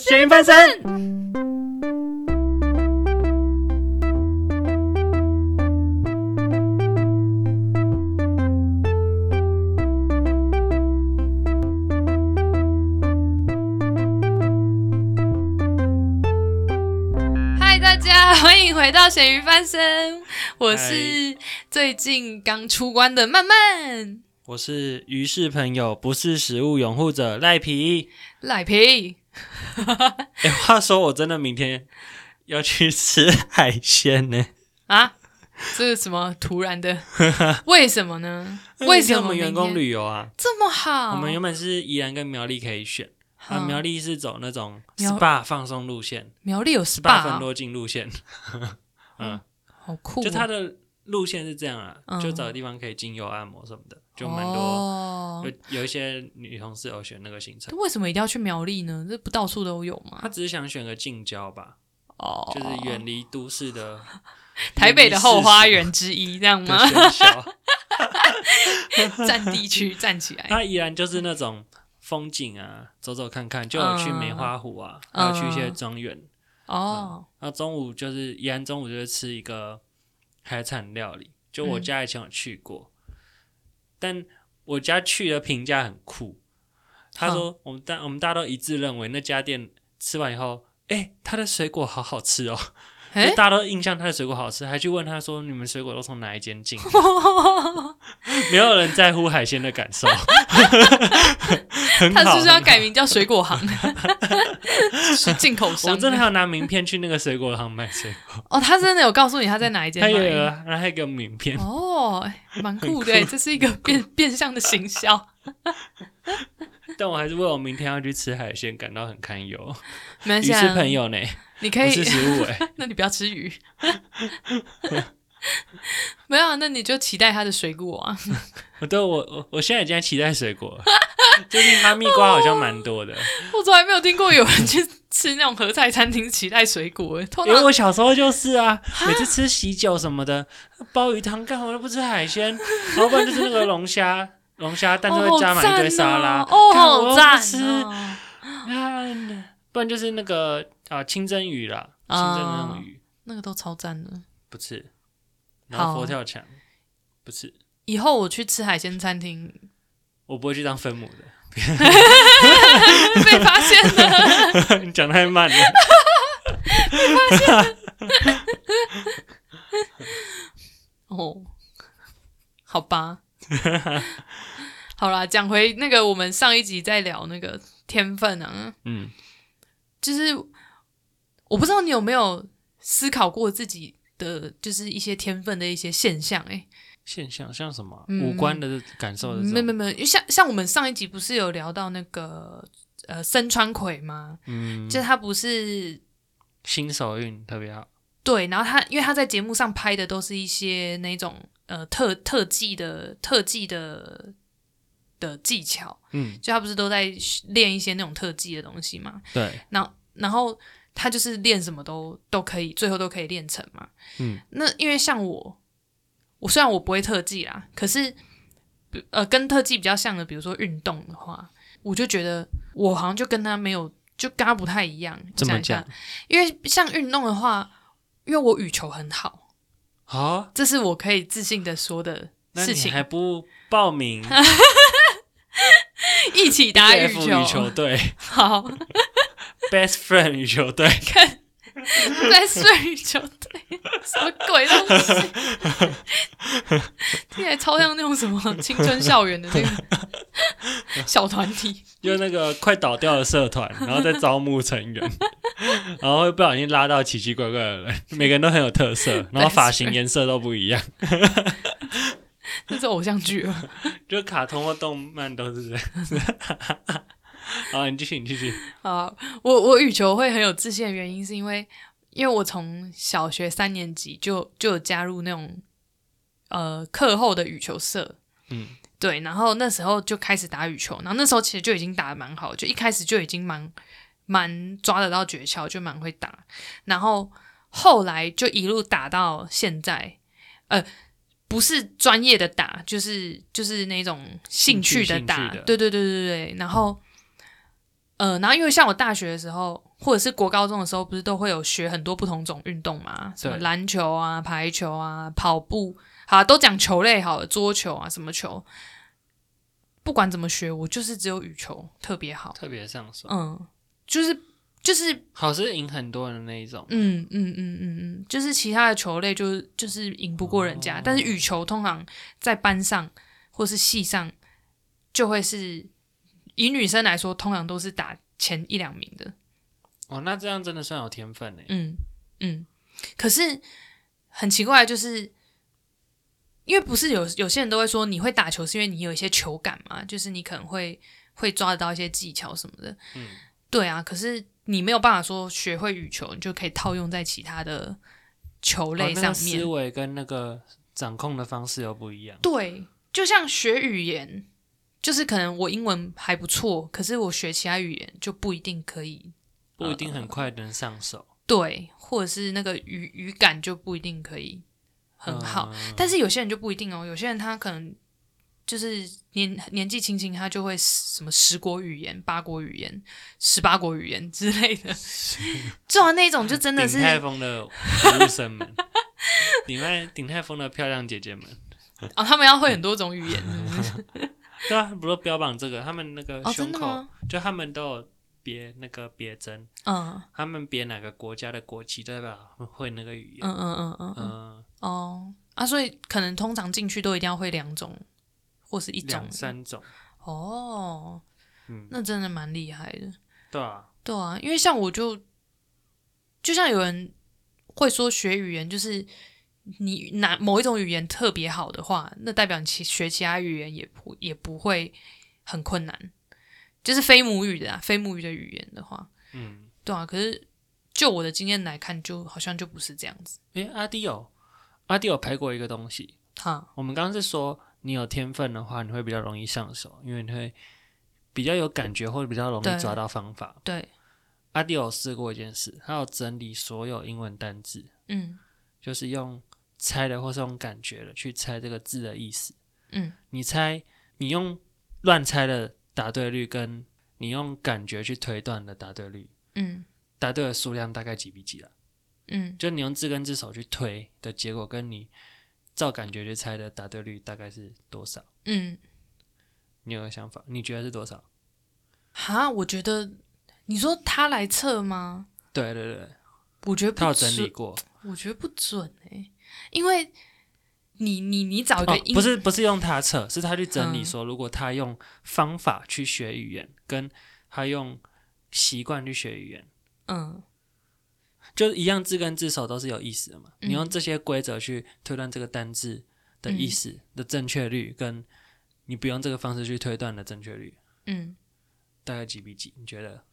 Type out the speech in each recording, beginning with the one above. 咸鱼翻身。嗨，大家 欢迎回到《咸鱼翻身》，我嗨是最近刚出关的曼曼我是鱼是朋友，不是食物拥护者赖皮。 赖皮。哎、话说我真的明天要去吃海鲜呢、啊，这是什么突 然的？为什么呢？ 为什因么我们员明工天旅游啊？这么好？我们原本是宜兰跟苗栗可以选，啊，嗯苗栗是走那种苗 SPA 放松路线苗栗有 SPA， ，SPA 分哦多进路线，嗯，好酷哦，就它的路线是这样啊，嗯就找个地方可以精油按摩什么的，就蛮多。哦。有有一些女同事有选那个行程，为什么一定要去苗栗呢？这不到处都有她吗？只是想选个近郊吧，啊哦，就是远离都市的 台北的后花园之一，这样的吗？喧 嚣。占地区 站起 来，它依然就是那种风景啊，走走看看，就有去梅花湖啊，嗯还有去一些庄园。哦，那中午就是宜兰中午就是吃一个海产料理，就嗯我家以前有去过，但我家去的评价很酷。他说我们大我们大家都一致认为那家店吃完以后，哎、他的水果好好吃哦，哎就大家都印象他的水果好吃，还去问他说你们水果都从哪一间进？ 没有人在乎海鲜的感受， 很好。他是不是要很好改名叫水果行？ 是进口我商？真的还有拿名片去那个水果行买水果，哦，他真的有告诉你他在哪一间他买？也有啊拿还有一个名片，哦，哎蛮酷的，这是一个 变变相的行销。但我还是为我明天要去吃海鲜感到很堪忧。没关鱼系啊是朋友呢，你可不以是，食物哎、 那你不要吃鱼。 没有啊，那你就期待他的水果啊。我都我我我现在已经在期待水果了，最近哈密瓜好像蛮多的，我从来没有听过有人去吃那种合菜餐厅期待水果，欸通因为常我小时候就是啊，每次吃喜酒什么的，鲍鱼汤干嘛都不吃海鲜，然后不然就是那个龙虾。龙虾，但是哦会加满一堆沙拉，好干哦赞哦，我哦好又赞不哦吃，啊，不然就是那个啊清蒸鱼啦，清蒸的那哦种鱼，那个都超赞的。不吃，然后好佛跳墙不吃，以后我去吃海鲜餐厅 我不会去当分母的。 被发现了，你讲太 慢了，哦，好吧，好啦，讲回那个我们上一集在聊那个天分啊，嗯，就是我不知道你有没有思考过自己的就是一些天分的一些现象、欸，现象像什么嗯五官的感受的这没种，没没，因为像像我们上一集不是有聊到那个呃深川葵吗？嗯，就他不是新手运特别好，对，然后他因为他在节目上拍的都是一些那种呃特特技的特技的的技巧，嗯，就他不是都在练一些那种特技的东西嘛？ 对，然后然后他就是练什么都都可以，最后都可以练成嘛。嗯，那因为像我，我虽然我不会特技啦，可是比呃，跟特技比较像的，比如说运动的话，我就觉得我好像就跟他没有，就跟他不太一样。怎我么想一下讲？因为像运动的话，因为我羽球很好，好，这是我可以自信的说的那事你情还。不报 名 一起打羽 F 羽球 队好， Best Friend 羽球队？在睡羽球队，什么鬼东西？听起来超像那种什么青春校园的那个小团体。就那个快倒掉的社团，然后再招募成 员，然后会不小心拉到奇奇怪怪的人，每个人都很有特色，然后发型颜色都不一样，这是偶像剧吗？ 就卡通或动漫都是这样。 好，你继续，你继续。啊！我我羽球会很有自信的原因，是因为因为我从小学三年级就就有加入那种呃课后的羽球社，嗯，对，然后那时候就开始打羽球，然后那时候其实就已经打的蛮好，就一开始就已经蛮蛮抓得到诀窍，就蛮会打，然后后来就一路打到现在，呃。不是专业的打，就是就是那种兴兴趣趣的兴趣打，的对对对对对。然后呃，然后因为像我大学的时候，或者是国高中的时候，不是都会有学很多不同种运动嘛，什么对篮球啊、排球啊、跑步，好啊、都讲球类好了，桌球啊什么球，不管怎么学，我就是只有羽球特别好，特别上手，嗯，就是就是好是赢很多人的那一种，嗯嗯嗯嗯嗯，就是其他的球类就是就是赢不过人家，但是羽球通常在班上或是系上就会是以女生来说，通常都是打前一两名的。哦，那这样真的算有天分欸呢。嗯嗯，可是很奇怪，就是因为不是有有些人都会说你会打球是因为你有一些球感嘛，就是你可能会会抓得到一些技巧什么的。嗯，对啊，可是你没有办法说学会羽球，你就可以套用在其他的球哦类那上个面。思维跟那个掌控的方式又不一样。对，就像学语言，就是可能我英文还不错，可是我学其他语言就不一定可以。不一定很快能上手，对，或者是那个语语感就不一定可以 很好。嗯但是有些人就不一定哦，有些人他可能就是年年纪轻轻，他就会什么十国语言、八国语言、十八国语言 之类的，这种那种就真的是鼎泰丰的服务生们，鼎泰鼎泰丰的漂亮姐姐们，哦，他们要会很多种语言， 是不是？对啊，不是标榜这个，他们那个哦，胸真的口、吗？就他们都有别那个别针，嗯他们别哪个国家的国旗都代表会那个语言，嗯嗯嗯嗯嗯，嗯，哦啊，所以可能通常进去都一定要会两种或是一种两三种，哦，嗯，那真的蛮厉害的。对啊，对啊，因为像我就，就像有人会说学语言，就是你哪某一种语言特别好的话，那代表你其学其他语言也不也不会很困难，就是非母语的啊，非母语的语言的话，嗯，对啊。可是就我的经验来看，就好像就不是这样子，诶，阿迪有阿迪有拍过一个东西，哈，我们刚刚是说你有天分的话，你会比较容易上手，因为你会比较有感觉，或者比较容对易抓到方法，对，阿迪有试过一件事，他有整理所有英文单字，嗯就是用猜的或是用感觉的去猜这个字的意思。嗯你猜，你用乱猜的答对率，跟你用感觉去推断的答对率，嗯答对的数量大概几比几啊？嗯，就你用字根字首去推的结果，跟你照感觉去猜的答对率大概是多少？嗯，你有个想法？你觉得是多少？哈，我觉得你说他来测吗？对对对，我觉得他不有整准理过，我觉得不准哎、因为你你你找一个哦英、不是不是用他测，是他去整理嗯说，如果他用方法去学语言，跟他用习惯去学语言，嗯就是一样字根字首都是有意思的嘛。嗯你用这些规则去推断这个单字的意思的正确率，跟你不用这个方式去推断的正确率，嗯，大概几比几？你觉得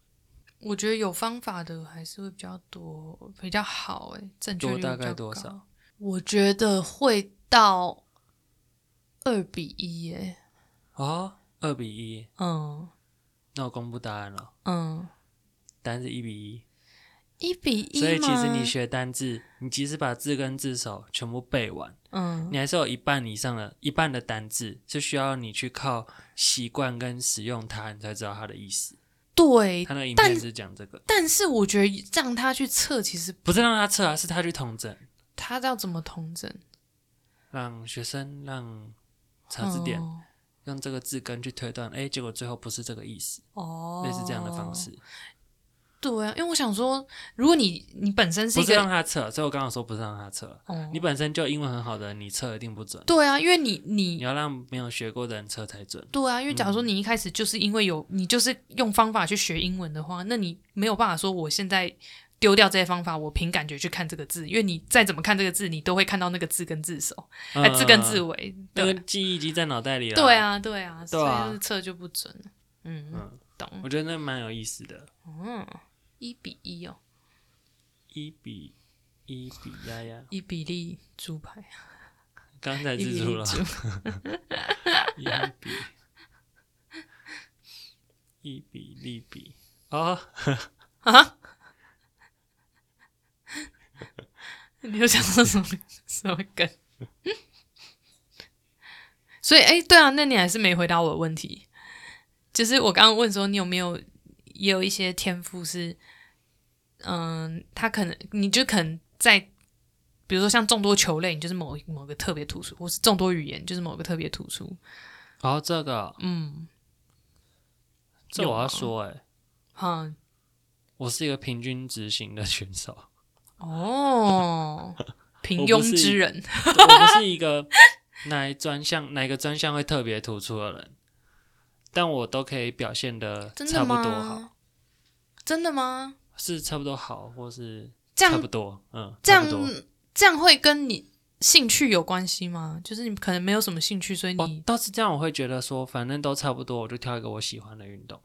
我觉得有方法的还是会比较多比较好哎、正确率多大比较概多高少？我觉得会到二比一哎、哦，二比一。嗯那我公布答案了，嗯，答案是一比一。一比一所以其实吗你学单字，你即使把字根字首全部背完，嗯你还是有一半以上的一半的单字是需要你去靠习惯跟使用它，你才知道它的意思。对他，那个影但片是讲这个，但是我觉得让他去测，其实不是让他测啊，是他去统整，他要怎么统整让学生让查字典、哦用这个字根去推断，哎，结果最后不是这个意思，哦，类似这样的方。式。对啊，因为我想说，如果你你本身是不一是个让他测，所以我刚刚说不是让他测。哦你本身就英文很好的，你测一定不准，对啊，因为你你你要让没有学过的人测才准。对啊，因为假如说你一开始就是因为有、你就是用方法去学英文的话，那你没有办法说我现在丢掉这些方法，我凭感觉去看这个字，因为你再怎么看这个字，你都会看到那个字根字首，哎、字根字嗯，尾，那对个记忆已经在脑袋里了。对，啊对啊，所对啊以就是测就不准了，嗯，嗯懂，我觉得那蛮有意思的。嗯，一比一哦，一比一比呀呀，一比例猪排，刚才一比记住例了，猪，一比一比利比哦， 你又想说什么什么梗？ 所以，哎、对啊，那你还是没回答我的问题，就是我刚刚问说你有没有也有一些天赋是，嗯，他可能你就可能在，比如说像众多球类，你就是某某个特别突出，或是众多语言就是某个特别突出。哦，这个嗯，这我要说哎、哈，我是一个平均执行的选手， 哦，平庸之人，我不是一 个哪一专项哪一个专项会特别突出的人，但我都可以表现的真差的不多好，吗？真的吗？是差不多好，或是这差不样多，嗯，这差不多样这样会跟你兴趣有关系吗？就是你可能没有什么兴趣，所以我你哦倒是这样，我会觉得说，反正都差不多，我就挑一个我喜欢的运动。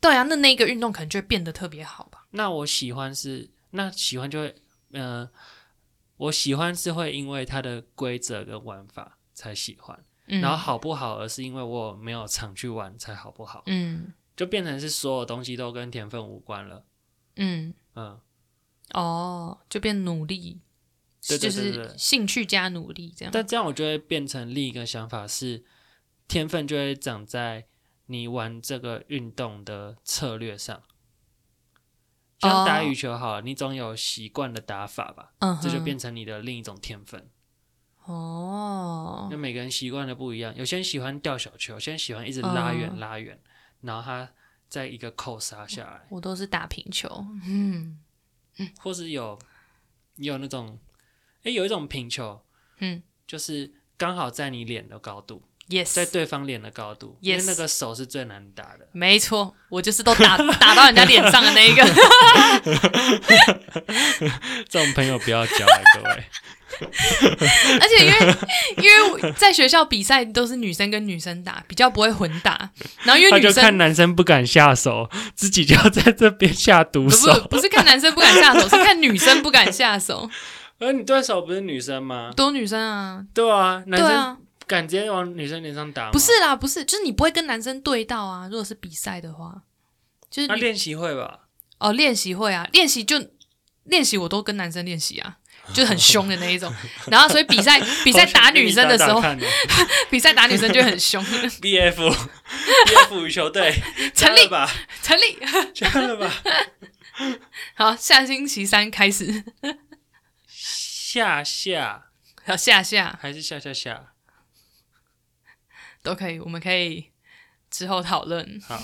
对啊，那那一个运动可能就会变得特别好吧？那我喜欢是，那喜欢就会，呃，我喜欢是会因为它的规则跟玩法才喜欢，嗯，然后好不好，而是因为我没有常去玩才好不好，嗯就变成是所有东西都跟天分无关了。嗯，嗯，哦，就变努力，对对对就对是兴趣加努力这样。但这样我就会变成另一个想法是，天分就会长在你玩这个运动的策略上。像打哦羽球好了，你总有习惯的打法吧，嗯哼，这就变成你的另一种天分。哦那，每个人习惯的不一样，有些人喜欢吊小球，有些人喜欢一直拉远、嗯拉远，然后他在一个扣杀下来，我都是打平球，嗯或是有也有那种，诶，有一种平球，嗯就是刚好在你脸的高度，在，yes，对方脸的高度，因为 Yes 那个手是最难打的。没错，我就是都 打打到人家脸上的那一 个。这种朋友不要交、欸，各位。而且因为因为我在学校比赛都是女生跟女生打，比较不会混打。然 后因他为就女看生男生不敢下手，自己就要在这边下毒不是手。不是看男生不敢下手，是看女生不敢下手。而你对手不是女生吗？都女生啊，对啊，男对生啊，敢直接往女生脸上打吗？不是啦，不是，就是你不会跟男生对到啊。如果是比赛的话，就是那你练习会吧？哦练习会啊，练习就练习我都跟男生练习啊。就是很凶的那一种，然后所以比赛比比赛打女生的时候，比赛打女生就 很凶。 ，B F B F 羽球队加成立了吧，成立，加了吧。好，下星期三开始，下下好下下。还是下下下？都可以，我们可以之后讨论。好，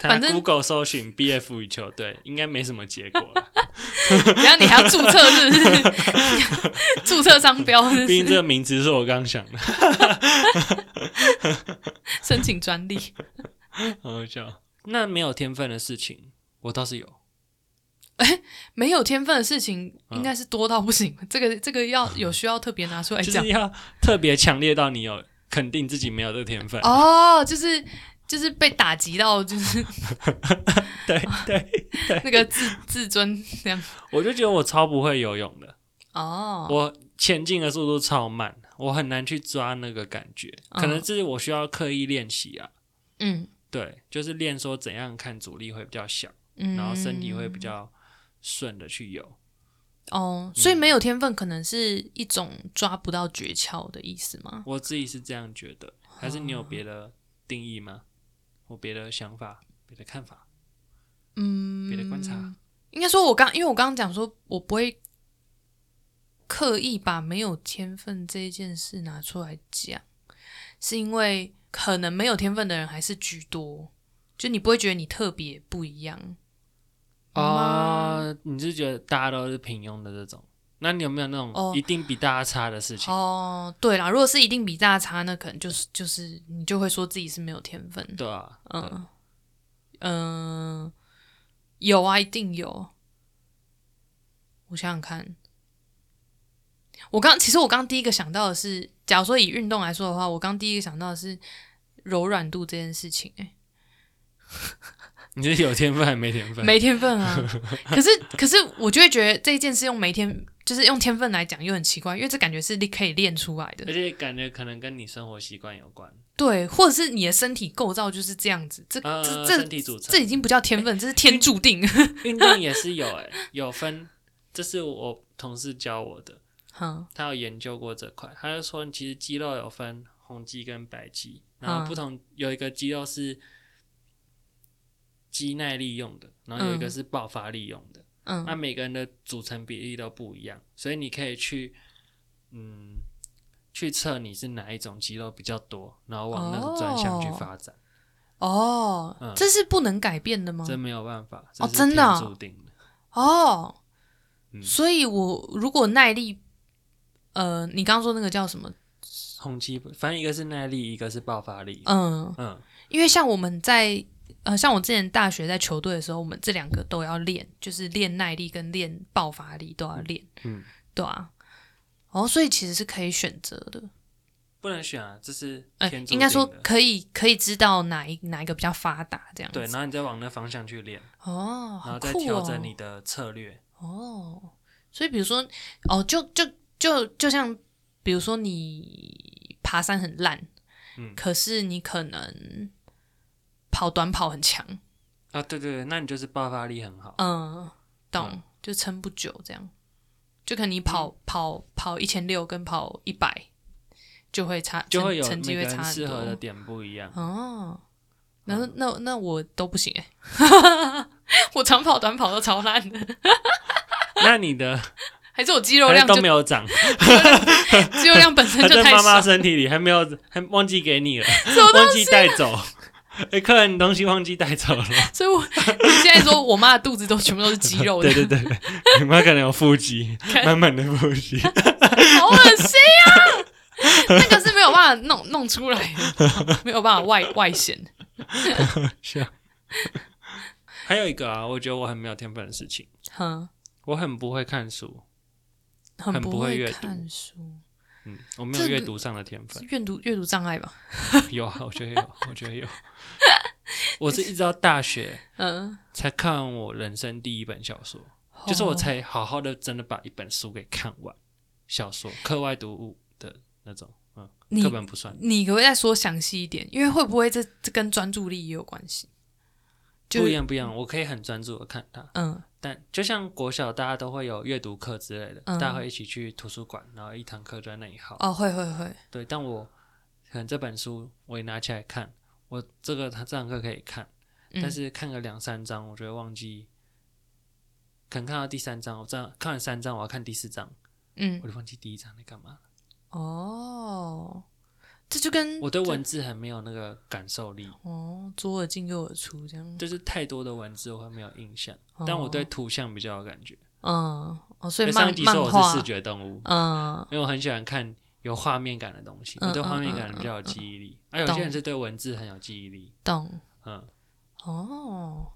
反正他 Google 搜寻 B F 羽球队，应该没什么结果了。然后你还要注册是不是？ 注册商标是 不毕竟这是？个名字是我刚想的， 申请专 利好好笑。那没有天分的事情，我倒是有。 没有天分的事情嗯应该是多到不行，这个这个要有需要特别拿出来就讲是要特别强烈到你有肯定自己没有这天分。哦，就是就是被打击到，就是 对对， 那个自自尊这样我就觉得我超不会游泳的，哦，我前进的速度超慢，我很难去抓那个感觉，嗯可能这是我需要刻意练习啊。嗯对，就是练说怎样看阻力会比较小，嗯，然后身体会比较顺的去游。嗯哦，所以没有天分可能是一种抓不到诀窍的意思吗？我自己是这样觉得，还是你哦有别的定义吗？或别的想法、别的看法、嗯，别的观察？应该说我刚，因为我刚刚讲说，我不会刻意把没有天分这一件事拿出来讲，是因为可能没有天分的人还是居多，就你不会觉得你特别不一样。啊、你是觉得大家都是平庸的这种？那你有没有那哦种一定比大家差的事情？哦，对啦，如果是一定比大家差，那可能就是就是你就会说自己是没有天分。对啊，对嗯嗯、呃有啊，一定有。我想想看，我刚其实我刚第一个想到的是，假如说以运动来说的话，我刚第一个想到的是柔软度这件事情、欸。你是有天分还没天分？没天 分啊！可是可是我就会觉得这一件事用没天，就是用天分来讲又很奇怪，因为这感觉是你可以练出来而的，且感觉可能跟你生活习惯有关，对，或者是你的身体构造就是这样子，这、呃，这身这体组成这，已经不叫天分，这是天注定。 运动也是有哎、有分，这是我同事教我的，哈他有研究过这块，他就说其实嗯肌肉有分红肌跟白肌，然后不同有一个肌肉是肌耐力用的，然后有一个嗯是爆发力用的。那嗯每个人的组成比例都不一样，所以你可以去，嗯，去测你是哪一种肌肉比较多，然后往那个专项去发展。哦，嗯这是不能改变的吗？真没有办法，哦这是真的哦天注定的。哦，嗯所以我如果耐力，呃，你刚刚说那个叫什么？红肌，反正一个是耐力，一个是爆发力。嗯，嗯因为像我们在呃，像我之前大学在球队的时候，我们这两个都要练，就是练耐力跟练爆发力都要练，嗯，对啊。哦，所以其实是可以选择的，不能选啊，这是哎、天注定的。应该说可以可以知道哪一哪一个比较发达这样子。对，然后你再往那方向去练，哦，然好后再酷哦！调整你的策略。哦，所以比如说，哦，就就就就像，比如说你爬山很烂，嗯可是你可能跑短跑很强，啊，对对对，那你就是爆发力很好。嗯，懂，嗯就撑不久这样，就可能你跑、跑跑一千六跟跑一百就会差，就会有成成每绩个会差人很适合的嗯多。点不一 样，哦，那那那我都不行哎、 我长跑短跑都超烂的，那你的还是我肌 肉还量是就都没有涨，肌肉量本身还 就 在太妈少妈。身体里，还没有，还忘记给你了， 忘记带走。哎，客人东西忘记带走了，所以我你现在说我妈的肚子都全部都是肌肉的对，对 对，你妈可能有腹肌，看满满的腹 肌，好恶心啊！那个是没有办法弄弄出来的，没有办法外外显。笑。啊还有一个啊，我觉得我很没有天分的事情，哼，我很不会看书，很很不不会阅读看书，嗯，我没有这个阅读上的天是分，阅读阅读障碍吧？ 有啊，我觉得有，我觉得有， 我是一直到大学嗯，才看完我人生第一本小说，就是哦我才好好的真的把一本书给看完，小说课外读物的那种，嗯，你课本不算，你可不可以再说详细一点？因为会不会这这跟专注力也有关系？就不一样不一样，我可以很专注的看它。嗯但就像国小大家都会有阅读课之类的，嗯大家会一起去图书馆，然后一堂课就在那里耗。哦，会会会，对，但我可能这本书我也拿起来看，我这个他这堂课可以看，嗯但是看个两三章，我就会忘记。可能看到第三章，我这样看完三章，我要看第四章，嗯我就忘记第一章在干嘛了。哦，这嗯就跟我对文字很没有那个感受力，哦左耳进右耳出这样，就是太多的文字我会没有印象，哦但我对图像比较有感觉。嗯哦，所以对漫上一集漫说我画是视觉动物，嗯因为我很喜欢看有画面感的东西，嗯我对画面感比较有记忆力，而、有些人是对文字很有记忆力。懂嗯，哦。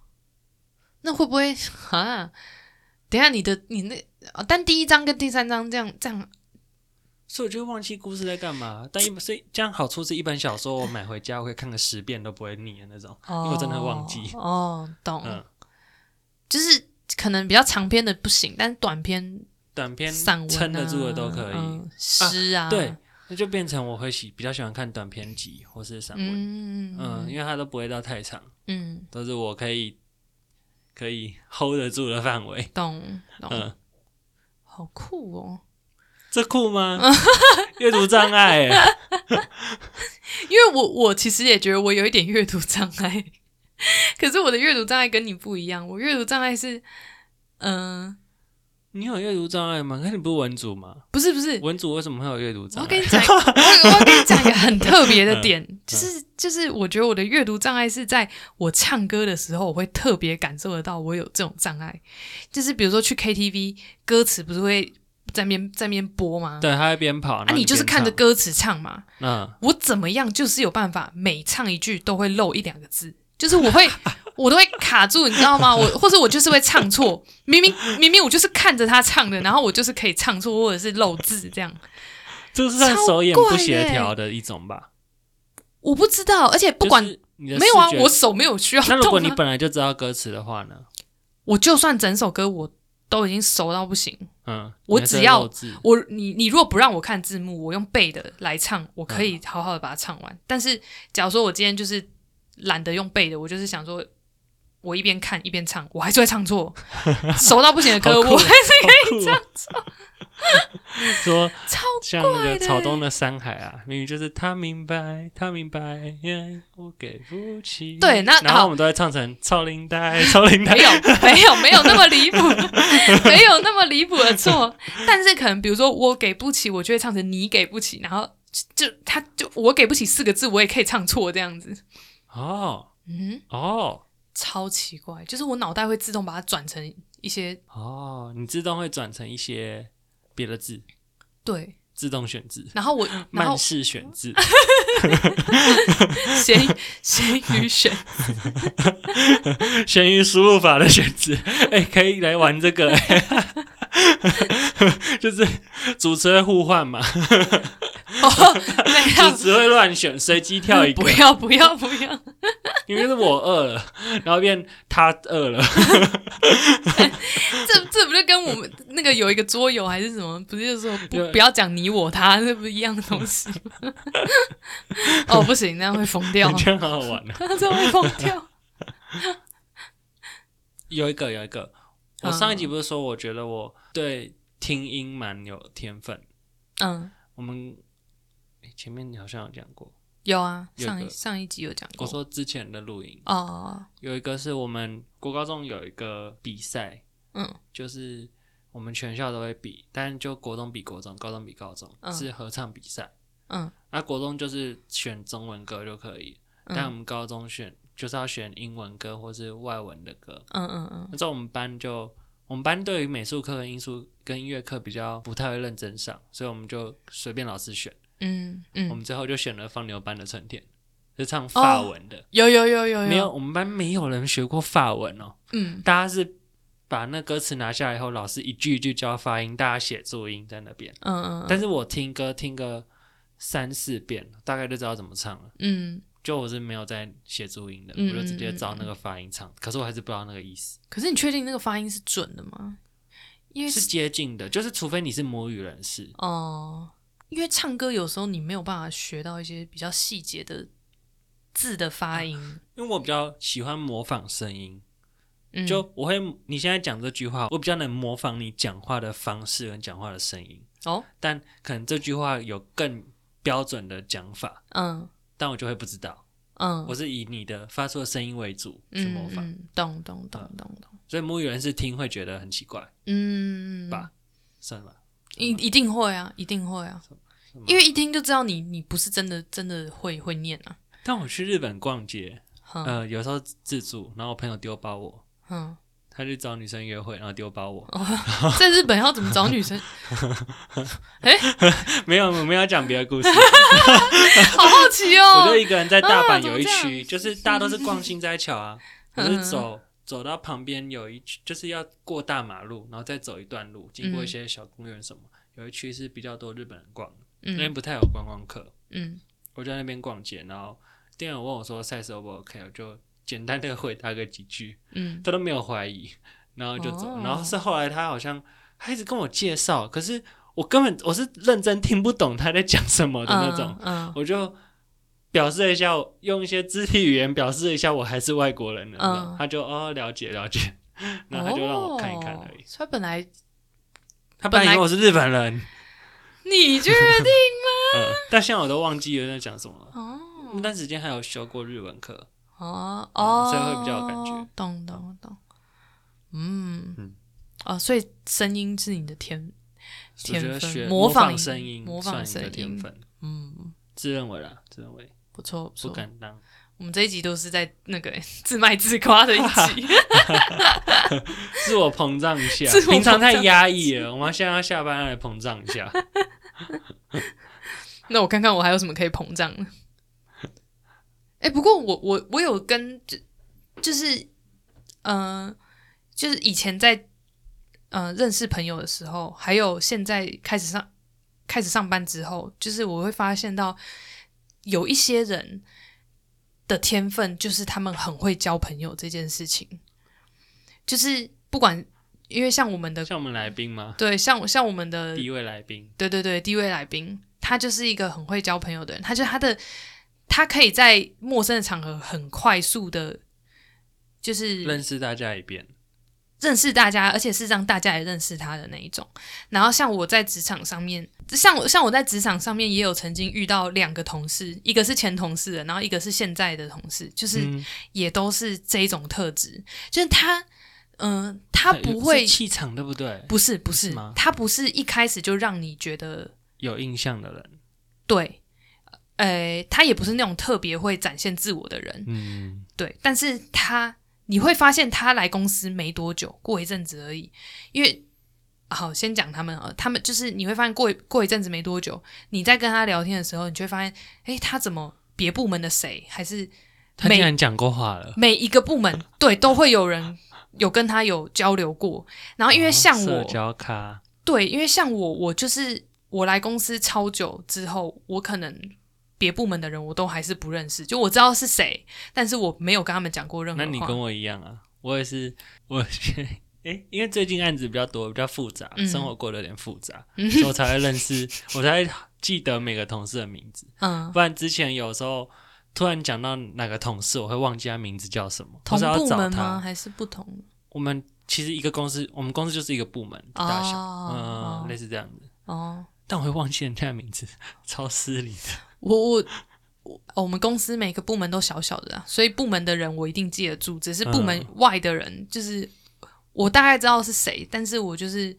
那会不会 啊？等一下你的你那、哦，但第一章跟第三章这样这样所以我就忘记故事在干嘛。但一所以这样好处是一本小说我买回家我可以看个十遍都不会腻的那种，因哦，为我真的会忘记。哦，懂，嗯，就是可能比较长篇的不行，但是短篇短篇散文、啊、撑得住的都可以。嗯诗啊对，那就变成我会喜比较喜欢看短篇集或是散文，嗯嗯，嗯因为它都不会到太长。嗯，都是我可以可以 hold 得住的范围。懂懂，嗯，好酷哦！这酷 吗？阅读障碍欸，因为我我其实也觉得我有一点阅读障碍， 可是我的阅读障碍跟你不一样，我阅读障碍是，嗯、你有阅读障碍吗？那你不是文组吗？不是不是，文组为什么会有阅读我障要碍跟？你讲， 我我要跟你讲一个很特别的点，就是就是我觉得我的阅读障碍是在我唱歌的时候，我会特别感受得到我有这种障碍。就是比如说去 KTV，歌词不是会在面在面播吗？对，他会边跑，啊，你就是看着着，歌词唱嘛。嗯，我怎么样就是有办法，每唱一句都会漏一两个字，就是 我会我都会卡住，你知道吗？我或者我就是会唱错，明明明明我就是看着他唱的，然后我就是可以唱错或者是漏字这样。这是算超手眼怪不的协欸调的一种吧？我不知道，而且不就管、是你的没有啊视，觉我手没有需要那如果动、你啊。本来就知道歌词的话呢？我就算整首歌我都已经熟到不行，嗯，我你还是只会要漏字 我你你如果不让我看字幕，我用背的来唱，我可以好好的把它唱完。但是假如说我今天就是懒得用背的，我就是想说我一边看一边唱，我还是会唱错，熟到不行的好歌，酷我还是可以这样 说超像那怪个的草东的《山海》啊，明明就是他明白，他明白，耶我给不起。对那然好后我们都会唱成超龄带，超龄带没。有没有没有那么离谱，没有那么离谱的错。但是可能比如说我给不起，我就会唱成你给不起，然后就就他就我给不起四个字，我也可以唱错这样子。 哦嗯，哦超奇怪，就是我脑袋会自动把它转成一些哦，你自动会转成一些别的字，对，自动选字，然 后我然后慢式选字。咸 咸 鱼选闲鱼输入法的选择， 哎、可以来玩这个、 哎就是主持会互换嘛，哦，没主有。持会乱选，随机跳一个不，要不要不 要！因为是我饿了，然后变他饿了，这这不就跟我们那个有一个桌游还是什么，不是就说不对不要讲你我他， 这不是一样的东西吗？ 哦，不行，那样会疯掉。这样好好玩啊！这会疯掉。有一个有一个，嗯我上一集不是说我觉得我对听音蛮有天分， 嗯，我们、哎前面你好像有讲过，有啊，有一上一个上一集有讲过。我说之前的录音哦，有一个是我们国高中有一个比赛，嗯就是我们全校都会比，但就国中比国中，高中比高中，嗯是合唱比赛。嗯那国中就是选中文歌就可以，但我嗯们高中选就是要选英文歌或是外文的歌。嗯嗯嗯那在我们班就，我们班对于美术课跟音术跟音乐课比较不太会认真上，所以我们就随便老师选。嗯我嗯，哦们最后就选了放牛班的春天，是唱法文的。有有有有没有，，我们班没有人学过法文哦，嗯大家是把那歌词拿下来以后，老师一句一句教发音，大家写注音在那边。嗯嗯，但是是我听歌听个三四遍，大概就知道怎么唱了。嗯，就我是没有在写注音的，嗯我就直接照那个发音唱。可是我还是不知道那个意思，可是你确定那个发音是准的吗？因为是接近的，就是除非你是母语人士，哦，因为唱歌有时候你没有办法学到一些比较细节的字的发音，因为我比较喜欢模仿声音，嗯，就我会你现在讲这句话，我比较能模仿你讲话的方式跟讲话的声音，哦，但可能这句话有更标准的讲法，嗯但我就会不知道。嗯，我是以你的发出的声音为主去模嗯仿，嗯，懂懂啊懂懂懂，所以母语人士听会觉得很奇怪，嗯，吧算了吧，一一定会啊，一定会啊，什么因为一听就知道你你不是真的真的会会念啊。但我去日本逛街，嗯呃，有时候自助，然后我朋友丢包我，嗯，他去找女生约会，然后丢包我，哦在日本要怎么找 女生？没有，我们要讲别的 故事。好好奇我就哦。一个人在大啊阪怎么有一这区，样就是大家都是逛新斋桥 啊，我嗯是走走到旁边有一区，就是要过大马路，然后再走一段路，经嗯过一些小公园什么，有一区是比较多日本人逛的，那边嗯不太有观光客。嗯我就在那边逛街，然后店员问我说 size O 不 OK，我就简单的回答个几句，嗯他都没有怀疑，然后就走。哦然后是后来他好像他一直跟我介绍，可是我根本我是认真听不懂他在讲什么的那种，嗯我就表示了一下，用一些肢体语言表示了一下我还是外国人了，嗯然后他就哦了解了 解，然后他就让我看一看而已。哦所以本来他本来以为我是日本人，你确 定嗯，但现在我都忘记了在讲什么了。哦那段时间还有修过日文课，哦嗯哦，所以会比较有感觉。懂懂懂。嗯嗯哦，所以声音是你的天。我觉得天分学模仿仿音声音，模仿算你的声音天分，嗯，自认为啦，自认为不错不不错。敢当。我们这一集都是在那个 自卖自夸的一集。自我膨胀一下 自我膨，胀平常太压抑了，我们现在要下班来膨胀一下。那我看看我还有什么可以膨胀的。 哎、不过我我我有跟就就是嗯、呃就是以前在呃认识朋友的时候，还有现在开始上开始上班之后，就是我会发现到有一些人的天分就是他们很会交朋友这件事情，就是不管因为像我们的像我们来宾吗？对像像我们的第一位来宾，对对对，第一位来宾，他就是一个很会交朋友的人，他就他的他可以在陌生的场合很快速的就是认识大家一遍，认识大家，而且是让大家也认识他的那一种。然后像我在职场上面，像我像我在职场上面也有曾经遇到两个同事，一个是前同事的，然后一个是现在的同事，就是嗯，也都是这一种特质，就是他，嗯、他不是，会气场，对不对？不是不是是吗，他不是一开始就让你觉得有印象的人，对，呃，他也不是那种特别会展现自我的人，嗯，对，但是他你会发现他来公司没多久，过一阵子而已，因为。好，先讲他们啊，他们就是你会发现过一过一阵子没多久，你在跟他聊天的时候，你就会发现，诶，他怎么别部门的谁，还是他每竟然讲过话了。每一个部门对都会有人有跟他有交流过。然后因为像哦社我，交咖，对，因为像我，我就是我来公司超久之后，我可能别部门的人我都还是不认识，就我知道是谁，但是我没有跟他们讲过任何那话。你跟我一样啊，我也是，我是， 诶，因为最近案子比较多，比较复杂，嗯生活过得有点复杂，嗯所以我才会认识，我才会记得每个同事的名字。嗯，不然之前有时候突然讲到哪个同事，我会忘记他名字叫什么，或同者要部找门吗？他。还是不同？我们其实一个公司，我们公司就是一个部门哦大小，哦嗯，类似这样子。哦，但我会忘记人家的名字，超失礼的。我我。我哦我们公司每个部门都小小的、啊，所以部门的人我一定记得住，只是部嗯门外的人，就是我大概知道是谁，但是我就是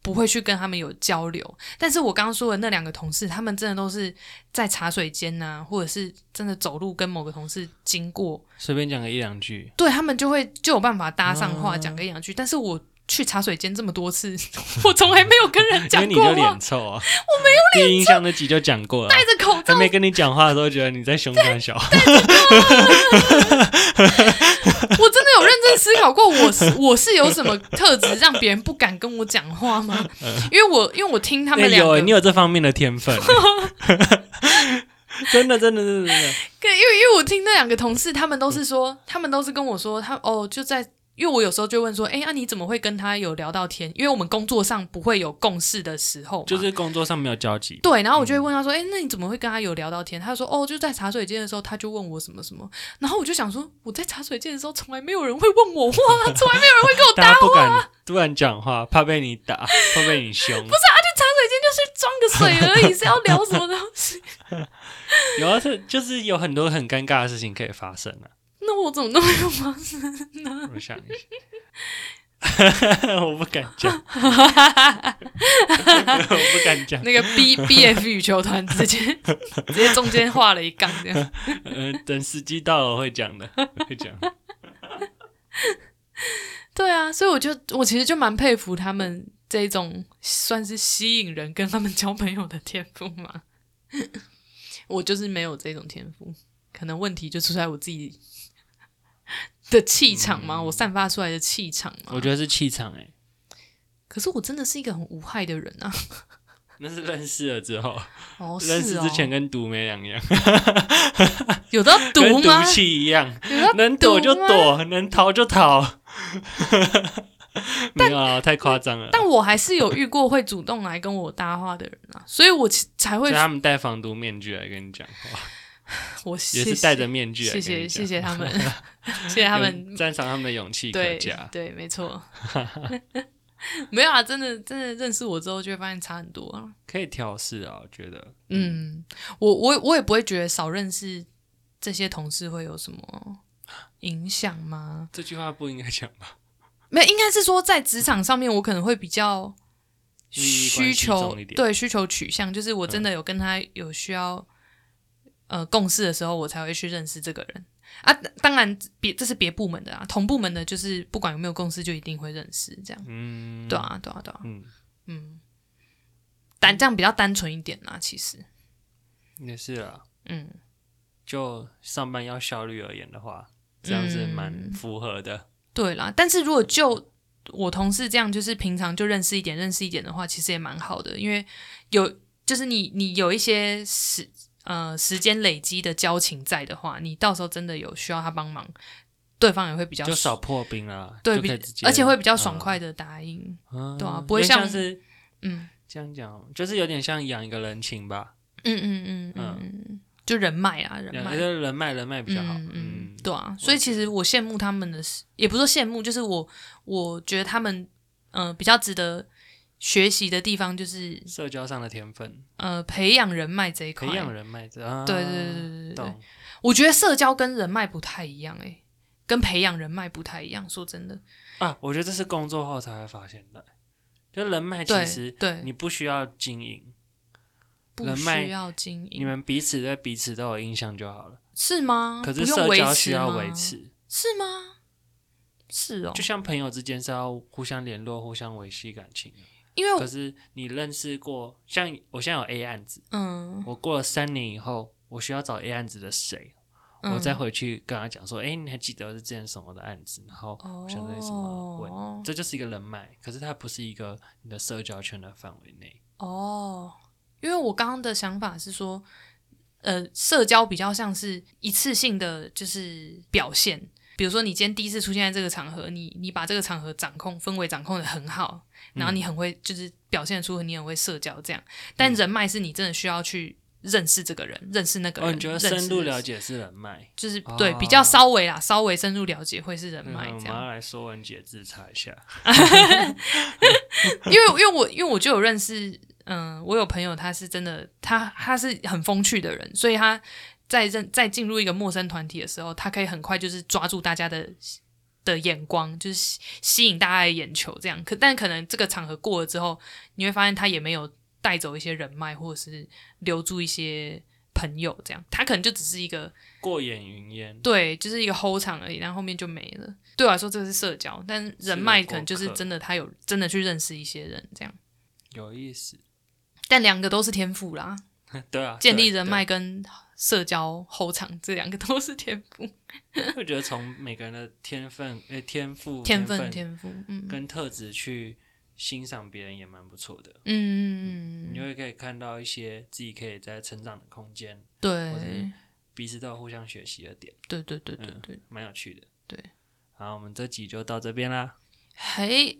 不会去跟他们有交流。但是我刚刚说的那两个同事，他们真的都是在茶水间呐、或者是真的走路跟某个同事经过，随便讲个一两句，对他们就会就有办法搭上话，嗯讲个一两句。但是我去茶水间这么多次， 我从来没有跟人因讲为你过就话脸，臭啊，我没有脸。第一印象那集就讲过了啊戴，着口还罩没跟你讲话的时候，觉得你在凶他小孩。 我真的有认真思考过，我是我是有什么特质让别人不敢跟我讲话吗？因为我因为我听 他们欸嗯两有个，欸，因你有这方面的天分 欸。真的，真的，真的，真的，为因为我听那两个同事，他们都是说，他们都是跟我说，他哦就在。因为我有时候就问说，哎、那、你怎么会跟他有聊到天？因为我们工作上不会有共事的时候嘛，就是嗯工作上没有交集。对，然后我就会问他说：“哎、那你怎么会跟他有聊到天？”他就说：“哦，就在茶水间的时候，他就问我什么什么。”然后我就想说，我在茶水间的时候，从来没有人会问我话，从来没有人会跟我啊搭大家不敢突然讲话，怕被你打，怕被你凶。不是，茶水间就是装个水而已，是要聊什么东西？有啊，是就是有很多很尴尬的事情可以发生 啊。 那我怎么都没有发生？我想一下， 我不敢讲， 我不敢讲。那个 B B F 羽球团直接 直接中间画了一杠这 样。呃，等时机到了我会讲的，我会讲。对啊，所以我就我其实就蛮佩服他们这种算是吸引人跟他们交朋友的天赋嘛。我就是没有这种天赋，可能问题就出在我自己的气场嘛，嗯我散发出来的气场嘛我。觉得是气场哎、可是我真的是一个很无害的人啊！那是认识了之后，哦，认是识哦，之前跟毒没两样，有到毒跟毒吗？气一样，有到能躲就躲，能逃就 逃。没有啊，太夸张了。但我还是有遇过会主动来跟我搭话的人啊，所以我其才所会以他们戴防毒面具来跟你讲话，我也谢是谢戴着面具来谢跟你谢讲。谢谢他们， 谢谢他们赞赏他们的勇气可对嘉。对，没错。 没有啊，真的真的认识我之后，就会发现差很多啊。可以调试啊，我觉得。嗯，我我我也不会觉得少认识这些同事会有什么影响吗？这句话不应该讲吧？没有，应该是说在职场上面，我可能会比较利益需关系求重一点对需求取向，就是我真的有跟他有需要、呃共事的时候，我才会去认识这个人啊。当然别这是别部门的啊，同部门的就是不管有没有共事，就一定会认识这样。嗯，对，啊，对啊，对啊。嗯，嗯，单这样比较单纯一点啦、其实，也是啊。嗯，就上班要效率而言的话，这样是蛮嗯符合的。对啦。但是如果就我同事这样，就是平常就认识一点，认识一点的话，其实也蛮好的，因为有就是你你有一些时呃时间累积的交情在的话，你到时候真的有需要他帮忙，对方也会比较就少破冰啦，对就比可以直，接而且会比较爽快的答应。嗯对啊嗯不会有点像像是嗯这样讲，就是有点像养一个人情吧，嗯嗯嗯嗯嗯，就人脉啊，人养脉一。个人脉，人脉比较好。嗯嗯嗯，对啊，所以其实我羡慕他们的是，也不是说羡慕，就是我我觉得他们呃比较值得学习的地方就是社交上的天分，呃培养人脉这一块培。养人脉的啊，对对对对对对，懂。我觉得社交跟人脉不太一样诶、欸跟培养人脉不太一样。说真的，啊，我觉得这是工作后才会发现的，就人脉其对实对，你不需要经营，不人脉需要经你营，们彼此对彼此都有印象就好了。是吗？可是嗯不用社维交持需要吗维，持，是吗？是哦，就像朋友之间是要互相联络、互相维系感情的。因为我可是你认识过，像我现在有 A 案子，嗯，我过了三年以后，我需要找 A 案子的谁，我再嗯回去跟他讲说，哎、你还记得是之前什么的案子？然后我想对什么问，哦这就是一个人脉，可是它不是一个你的社交圈的范围内。哦，因为我刚刚的想法是说，呃，社交比较像是一次性的，就是表现。比如说，你今天第一次出现在这个场合，你你把这个场合掌控氛围掌控的很好，然后嗯你很会、就是表现出你很会社交这样。但人脉是你真的需要去认识这个人，认识那个人，哦，你觉得认深识入了这解是人脉？就是哦对比较稍微啦，稍微深入了解会是人脉嗯我们这样。要来说文解字查一下。因为因为我因为我就有认识，嗯，我有朋友他是真的，他他是很风趣的人，所以他在认在进入一个陌生团体的时候，他可以很快就是抓住大家的的眼光，就是吸吸引大家的眼球这样。可但可能这个场合过了之后，你会发现他也没有带走一些人脉，或者是留住一些朋友这样，他可能就只是一个过眼云烟，对，就是一个 hold 场而已，然后后面就没了。对我来说，这个是社交，但人脉可能就是真的，他有真的去认识一些人这样。有意思。但两个都是天赋啦，对啊，建立对人脉，跟社交后场这两个都是天赋，对会觉得从每个人的天分、诶 天赋、天分分、天赋，嗯嗯跟特质去欣赏别人也蛮不错的。嗯嗯你嗯，会可以看到一些自己可以在成长的空间，或者对嗯是嗯彼此都有互相学习的点，对对对对对，蛮有趣的。对，好，我们这集就到这边啦。嘿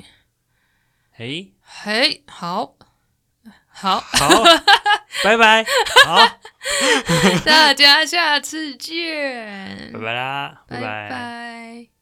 嘿，嘿，好 好，好，拜拜，好，大家下次见 拜，拜啦，拜拜。